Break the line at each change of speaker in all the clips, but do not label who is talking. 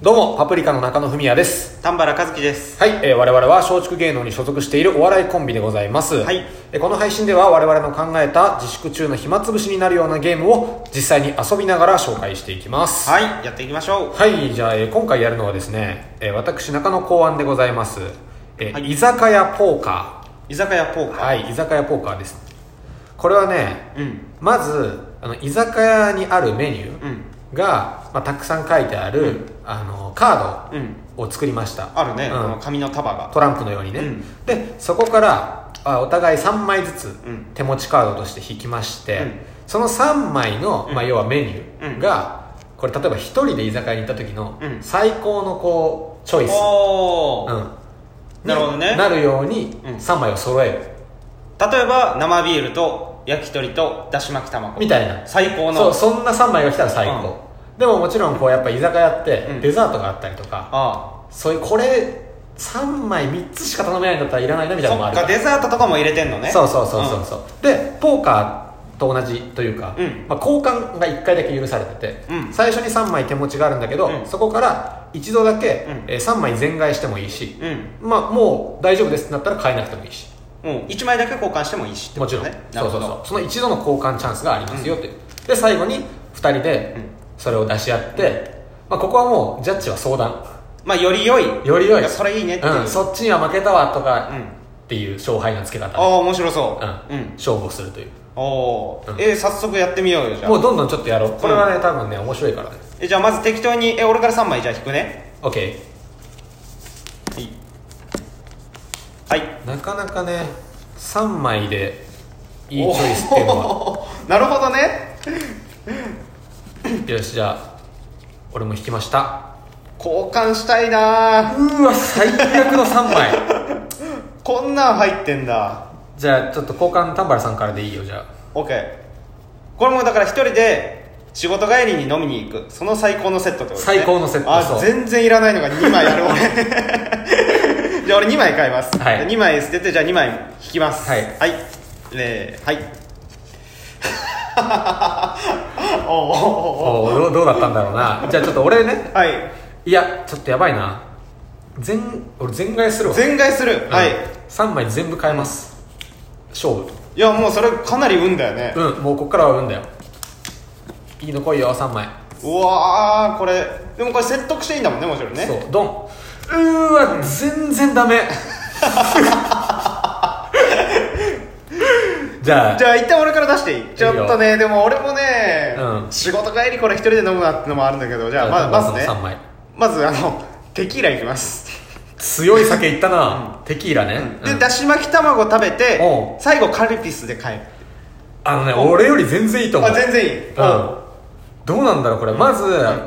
どうも、パプリカの中野文也です。
丹原和樹です
はい、えー我々は松竹芸能に所属しているお笑いコンビでございます。
はい
えーこの配信では我々の考えた自粛中の暇つぶしになるようなゲームを実際に遊びながら紹介していきます。
はいやっていきましょ
はい、じゃあ、えー今回やるのはですね、えー私、中野考案でございます。えー
はい
居酒屋ポーカ
う居酒屋ポーカ
ー。
ー、
はい、居酒屋ポーカーです。これはね、
うん
まず、あの、居酒屋にあるメニュ
う
ー
ん
が、まあ、たくさん書いてある、あの、カ
う
ー
ん
ドを作りました。
あるね、
うん
この紙の束が
トランプのようにね、
うん
でそこからあお互い3枚ずつ
ん
手持ちカードとして引きまして、
うん
その3枚の、まあ、要はメニュ
う
ー
ん
が、これ例えば1人で居酒屋に行った時の
うん
最高のこうチョイス、
おお、
うん
なるほどね
なるように
うん
3枚を揃える、
例えば生ビールと焼き鳥とだし巻き卵
みたいな
最高の
そうそんな3枚が来たら最高、でももちろんこうやっぱ居酒屋って
うん
デザートがあったりとか、
あ
そういうこれ3枚3つしか頼めないんだったらいらないなみた
あ
い
そ
なのもあ
っ
るから
かデザートとかも入れてんのね
そうそうそうそうそう、でポーカーと同じというか、
うん
まあ、交換が1回だけ許されてて、
うん
最初に3枚手持ちがあるんだけど、
うん
そこから一度だけ、
うん
え3枚全買いしてもいいし、
うん、うん
まあもう大丈夫ですってなったら買えなくてもいいし
うん、1枚だけ交換してもいいしって
も
こ
ち
と
ろん、
ね
そうそう
なる
そ
ほ
うその一度の交換チャンスがありますよという、で最後に2人で
うん
それを出し合って、まあ、ここはもうジャッジは相談
どまあより良い
より良い
やそれいいねっていう、
うん、そっちには負けたわとか
うん
っていう勝敗のつけ方
ああ
で、
面白そう
う
うんん、
勝負をするという
おお、
うん
えー早速やってみようよじゃあ
もうどんどんちょっとやろうこれはね、多分ね面白いからね
えじゃあまず適当にえ俺から3枚じゃあ引くね
OK
はいはい
なかなかね3枚でいいチョイスっていうのは
おーなるほどね
よしじゃあ俺も引きました
交換したいなー
うわ最悪の3枚
こんなん入ってんだ
じゃあちょっと交換田原さんからでいいよじゃあ
OK これもだから一人で仕事帰りに飲みに行くその最高のセットってことですね
最高のセットそ
あ
う
全然いらないのが2枚ある俺 じゃあ俺2枚買います、
はい
2枚捨ててじゃあ2枚引きます
はい
はいえーはいおーおーお
おおどうどうだったんだろうなじゃあちょっと俺ね
ーはい
いやちょっとやばいな全俺全買いするわ
全買いする、はい
3枚全部買います勝負
いやもうそれかなり運だよね、
うんもうこっからは運だよいいの来いよ3枚
うわーこれでもこれ説得していいんだもんねもちろんね
そうドンうーわ全然ダメ じゃあ
じゃあ一旦俺から出していいちょっとねでも俺もね、
うん
仕事帰りこれ一人で飲むなってのもあるんだけどじゃあままずね
3枚
まずあの テキーラいきます、
強い酒いったな、テキーラね、う
で
ん
だし巻き卵食べて
おう
最後カルピスで帰る
あのね俺より全然いいと思う
あ全然いい、
うんどうなんだろうこれまず、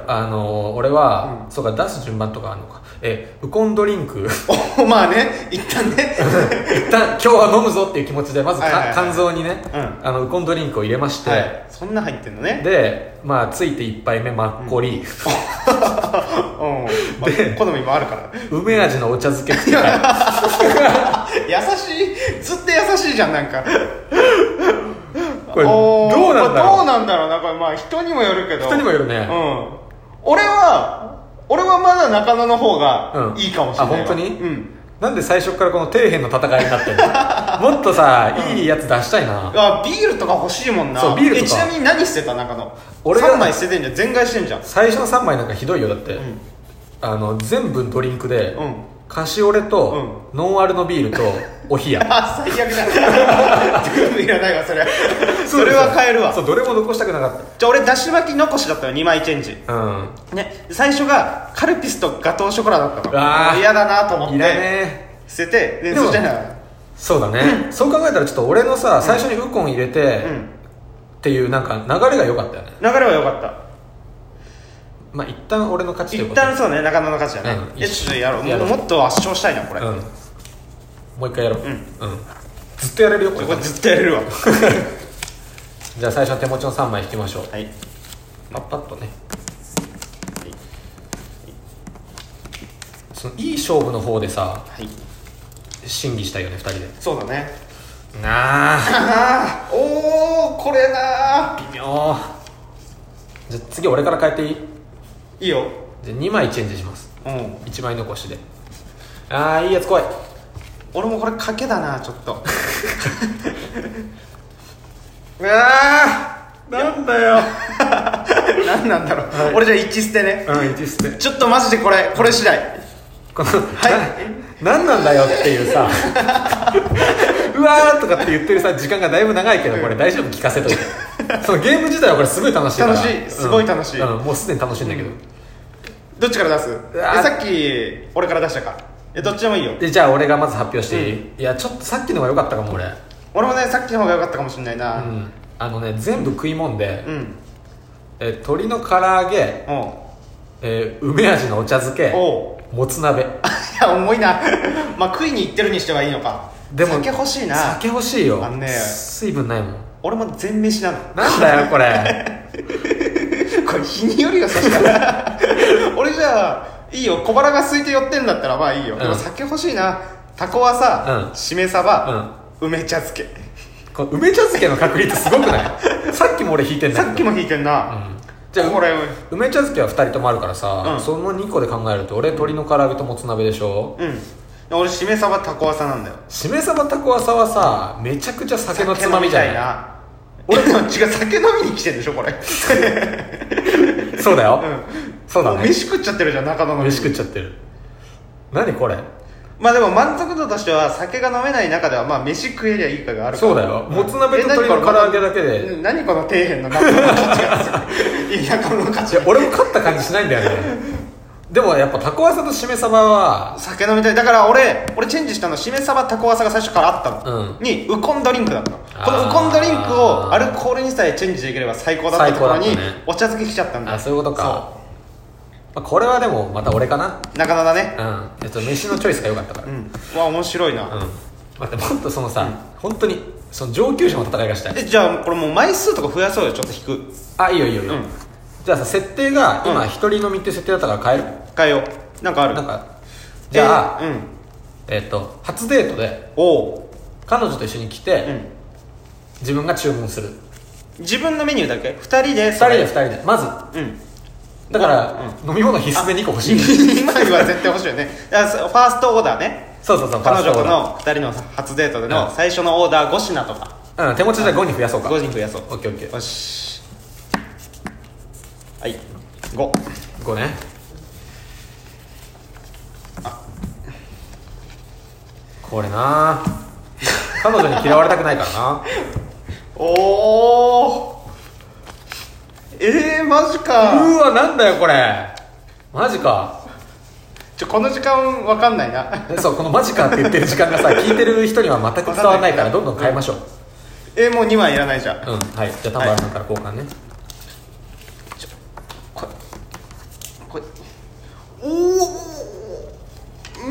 あの俺は、そうか出す順番とかあるのかえウコンドリンク
おおまあね一旦 ね
一旦今日は飲むぞっていう気持ちでまずか、
はいはいはい
肝臓にね、
うん
あのウコンドリンクを入れまして、
はい そんな入ってんのね
でまあついて1杯目マッコリ、
うん、まあ
で
好みもあるから
梅味のお茶漬けっていうか
優しいずっと優しいじゃんなんか
これ
おー
どうなんだろう
これどうなんだろうなこれまあ人にもよるけ ど
人にもよるね
うん俺は俺はまだ中野の方がいいかもしれないわ、
あ本当に
うん
なんで最初からこの底辺の戦いになってん のもっとさいいやつ出したいな、
あビールとか欲しいもんな
そうビールとか
えちなみに何捨てた中野
俺が
3枚捨ててんじゃん全買いしてんじゃん
最初の3枚なんかひどいよだって、
ん
あの全部ドリンクで、
うん
カシオレと、ノンアルのビール とお冷や
あ最悪だ 全部いらないわそれそれは買えるわ
そうどれも残したくなかっ
じゃあ俺だし巻き残しだったよ2枚チェンジ
たうん
ね最初がカルピスとガトーショコラだった
うわー
の嫌だなと思って
いらね
捨ててで
でも
そしたら
そうだ ね、そう考えたらちょっと俺のさ最初にウコン入れて、
うん
っていうなんか流れが良かったよね
流れは良かった
まあ一旦俺の勝ちという
一
ことで
旦そうね中野の勝ちだね、
うん
えちょっとやろう
やろう
もっと圧勝したいなこれ、
うんもう一回やろう、
うん
うん、ずっとやれるよこ
こ
れ
れずっとやれ るわ
じゃあ最初の手持ちの3枚引きましょう
はい
パッパッとねそのいい勝負の方でさ
はい
審議したいよね2人で
そうだね
なあ
ああおおこれなー
微妙じゃあ次俺から変えていい
いいよ
じゃあ2枚チェンジします
うん
1枚残しでああいいやつ来い
俺もこれ賭けだなちょっ とうわ
なんだよ
ー 何なんだろう、
い
俺じゃあ一致捨てね
うん一捨て
ちょっとマジでこれこれ次第
この、
はい
な何なんだよっていう さうわーとかって言ってるさ時間がだいぶ長いけどこれ大丈夫聞かせといてそのゲーム自体はこれすごい楽しいから
楽しいすごい楽しい
うんうんもうすでに楽しいんだけど、
どっちから出すえ
わー
さっき俺から出したかえどっちでもいいよ
でじゃあ俺がまず発表していい、いやちょっとさっきの方が良かったかも俺
俺もねさっきの方が良かったかもしれないな
うんあのね全部食いもんで、
うん、うん、
え鶏の唐揚げ、
おう
えー梅味のお茶漬け
おう
もつ鍋
いや重いな まあ食いに行ってるにしてはいいのか
でも
酒欲しいな
酒欲しいよ
あのね
水分ないもん
俺も全飯なの
なんだよこ れ
これ日によるよそしたら 俺じゃあいいよ小腹が空いて寄ってんだったらまあいいよ、
うん
でも酒欲しいなタコはさ、
うん
しめ鯖、梅茶漬け
この梅茶漬けの確率すごくないさっきも俺引いてんだけど
さっきも引いてん
う
な、
んじゃあ
これ
梅茶漬けは2人ともあるからさ、
うん
その2個で考えると俺鶏の唐揚げともつ鍋でしょ
うん俺しめ鯖タコわさなんだよ
しめ鯖たこあさはさめちゃくちゃ酒のつまみじゃない
俺も違う酒飲みに来てんでしょこれ
そうだよ、
うん
そうだ
も
ね
飯食っちゃってるじゃん中野の
飯食っちゃってる何これ
まあでも満足度としては酒が飲めない中ではまあ飯食えりゃいいかがあるから
そうだよもつ鍋と
え
鶏の唐揚げだけで
うん何この底辺の中野の価値がするいい中野の価値
いや俺も勝った感じしないんだよねでもやっぱたこあさとしめ鯖は
酒飲みたいだから俺俺チェンジしたのしめ鯖タコワサが最初からあったの、
う
にウコンドリンクだったの
あー
このウコンドリンクをアルコールにさえチェンジできれば最高だったところに、
最高だったね
お茶漬け来ちゃったんだ
あそういうことか、まあ、これはでもまた俺かな
そう中野だね
うんえっと飯のチョイスが良かったから
う
うん
んうわ面白いな、
待ってもっとそのさ、本当にその上級者の戦いがしたい
えじゃあこれもう枚数とか増やそうよちょっと引く
あいいよいいよいいよ、
うん
じゃあさ設定が
う
今
ん
一人飲みって設定だったから変える、
変えようなんかある
なんかじゃあ、
えーうん
えっと初デートで
おう
彼女と一緒に来て、
うん
自分が注文する
自分のメニューだけ二人で
2
二
人で2人でまず
うん
だから、飲み物必須で2個欲しい
2枚は絶対欲しいよねだからそファーストオーダーね
そうそうそう
彼女
ファーストオ
と
ーダー
の二人の初デートで
う
の
ん
最初のオーダー5品とか
うん、手持ちで5に増やそうか。
5人増やそう
オッケーオッケー。
よしはい5
5ね。これな彼女に嫌われたくないからな。
おおえー、マジか
うーわ、なんだよこれ。マジか。
ちょこの時間わかんないな
えそう、このマジかって言ってる時間がさ、聞いてる人には全く伝わらないから、どんどん変えましょう。
えー、もう2枚いらないじゃん
うん、はい。じゃあ、田原さんから交換ね。
ここおお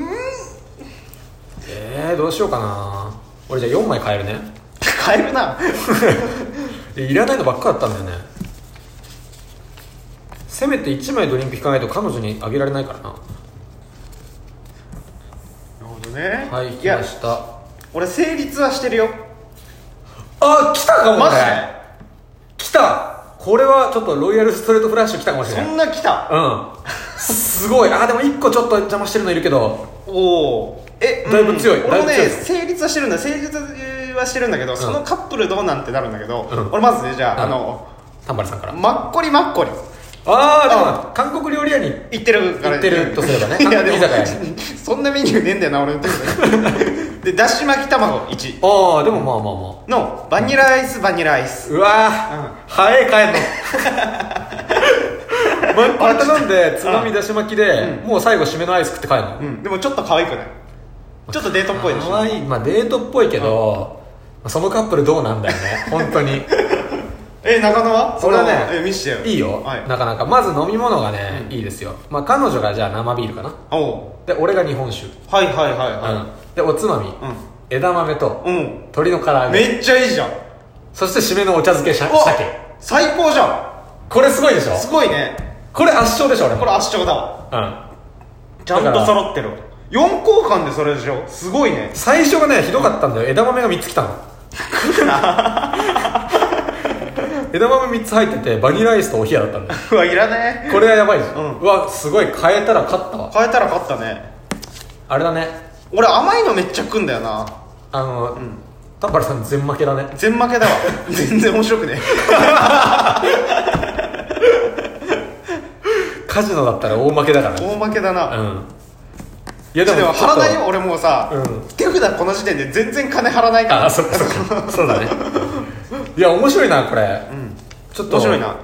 えー、どうしようかな俺じゃあ4枚変えるね。
買えるな
でいらないのばっかだったんだよね。せめて1枚ドリンク引かないと彼女にあげられないからな。
なるほどね
はい、来
や
ました。
俺成立はしてるよ
あ、来たかも
マジ
これ来たこれはちょっとロイヤルストレートフラッシュ来たかもしれ
そ
ない。
んな来た
うん。すごい。あ、でも1個ちょっと邪魔してるのいるけど。
おおえ
だいぶ強い
うん俺もね
だいぶ
成立はしてるんだ成立はしてるんだけどそのカップルどうなんてなるんだけど、
うん
俺まずねじゃあ、
うん
あの
タンバリさんから。
マッコリマッコリ
あー、でも待って、韓国料理屋に。
行ってるから
行ってるとすればね
いやでも
居酒屋に
そんなメニューねえんだよな俺のとこ ででだし巻き卵1
あー、でもまあまあまあ。
のバニラアイスバニラアイス
うわー、
うん
早い帰んの。マッコリ頼んで、つまみだし巻きで、もう最後締めのアイス食って帰るの。
うんでもちょっと可愛くないちょっとデートっぽいでし
可
ょ
愛いまあデートっぽいけど、まあそのカップルどうなんだよ ね。本当に。
え中野は
それは
え
ね
見してよ
いいよ、
はい
なかなかまず飲み物がね、いいですよまあ彼女がじゃあ生ビールかな
おう
で俺が日本酒、
はいはいは
うん、でおつまみ、
ん
枝豆と
いはいうん
鶏の唐揚げ
めっちゃいいじゃん
そして締めのお茶漬けしゃ
うわ
鮭
最高じゃ
これすごいでしょ
んすごいね
これ圧勝でしょ俺も
これ圧勝だわ
うん
ちゃんと揃ってるわ4交換でそれでしょすごいね
最初がねひどかったんだよ枝豆が3つきたの枝豆3つ入っててバニラアイスとお冷やだったんだよ
うわいらね
これはやばいじゃん、
う
うんわすごい変えたら勝ったわ
変えたら勝ったね
あれだね
俺甘いのめっちゃ食うんだよな
あの、タッパルさん全負けだね
全負けだわ 全然面白くね
カジノだったら大負けだからね
大負けだな
うんいや
でも
ちょっ
払
と
わないよ俺もうさ、
うん
手札この時点で全然金払わないから
あそっかそっかそうだ ねいや面白いなこれ、ちょっと
面白いな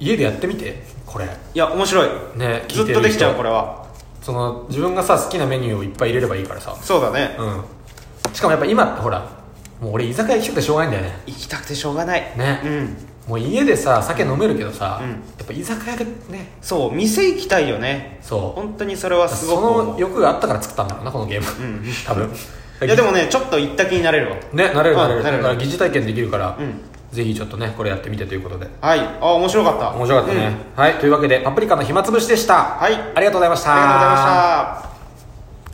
家でやってみてこれ
いや面白い
ね
ずっとできちゃうこ
れ
れは
その自分がさ好きなメニューをいっぱい入れればいいからさ
そうだね、
うんしかもやっぱ今ってほらもう俺居酒屋行きたくてしょうがないんだよね
行きたくてしょうがない
ね
うん
もう家でさ酒飲めるけどさ、
うん
やっぱ居酒屋でね
そう店行きたいよね
そう
本当にそれはすごく
そ
思
の
う
欲があったから作ったんだろうなこのゲーム、
ん
多分
いやでもねちょっと行った気になれるわ
ねなれるなれ
うん
る
なれる
だから疑似体験できるから、
うん
ぜひちょっとねこれやってみてということで
はいあ面白かった
面白かったね、はいというわけでパプリカの暇つぶしでした
はい
ありがとうございました
ありがとうございました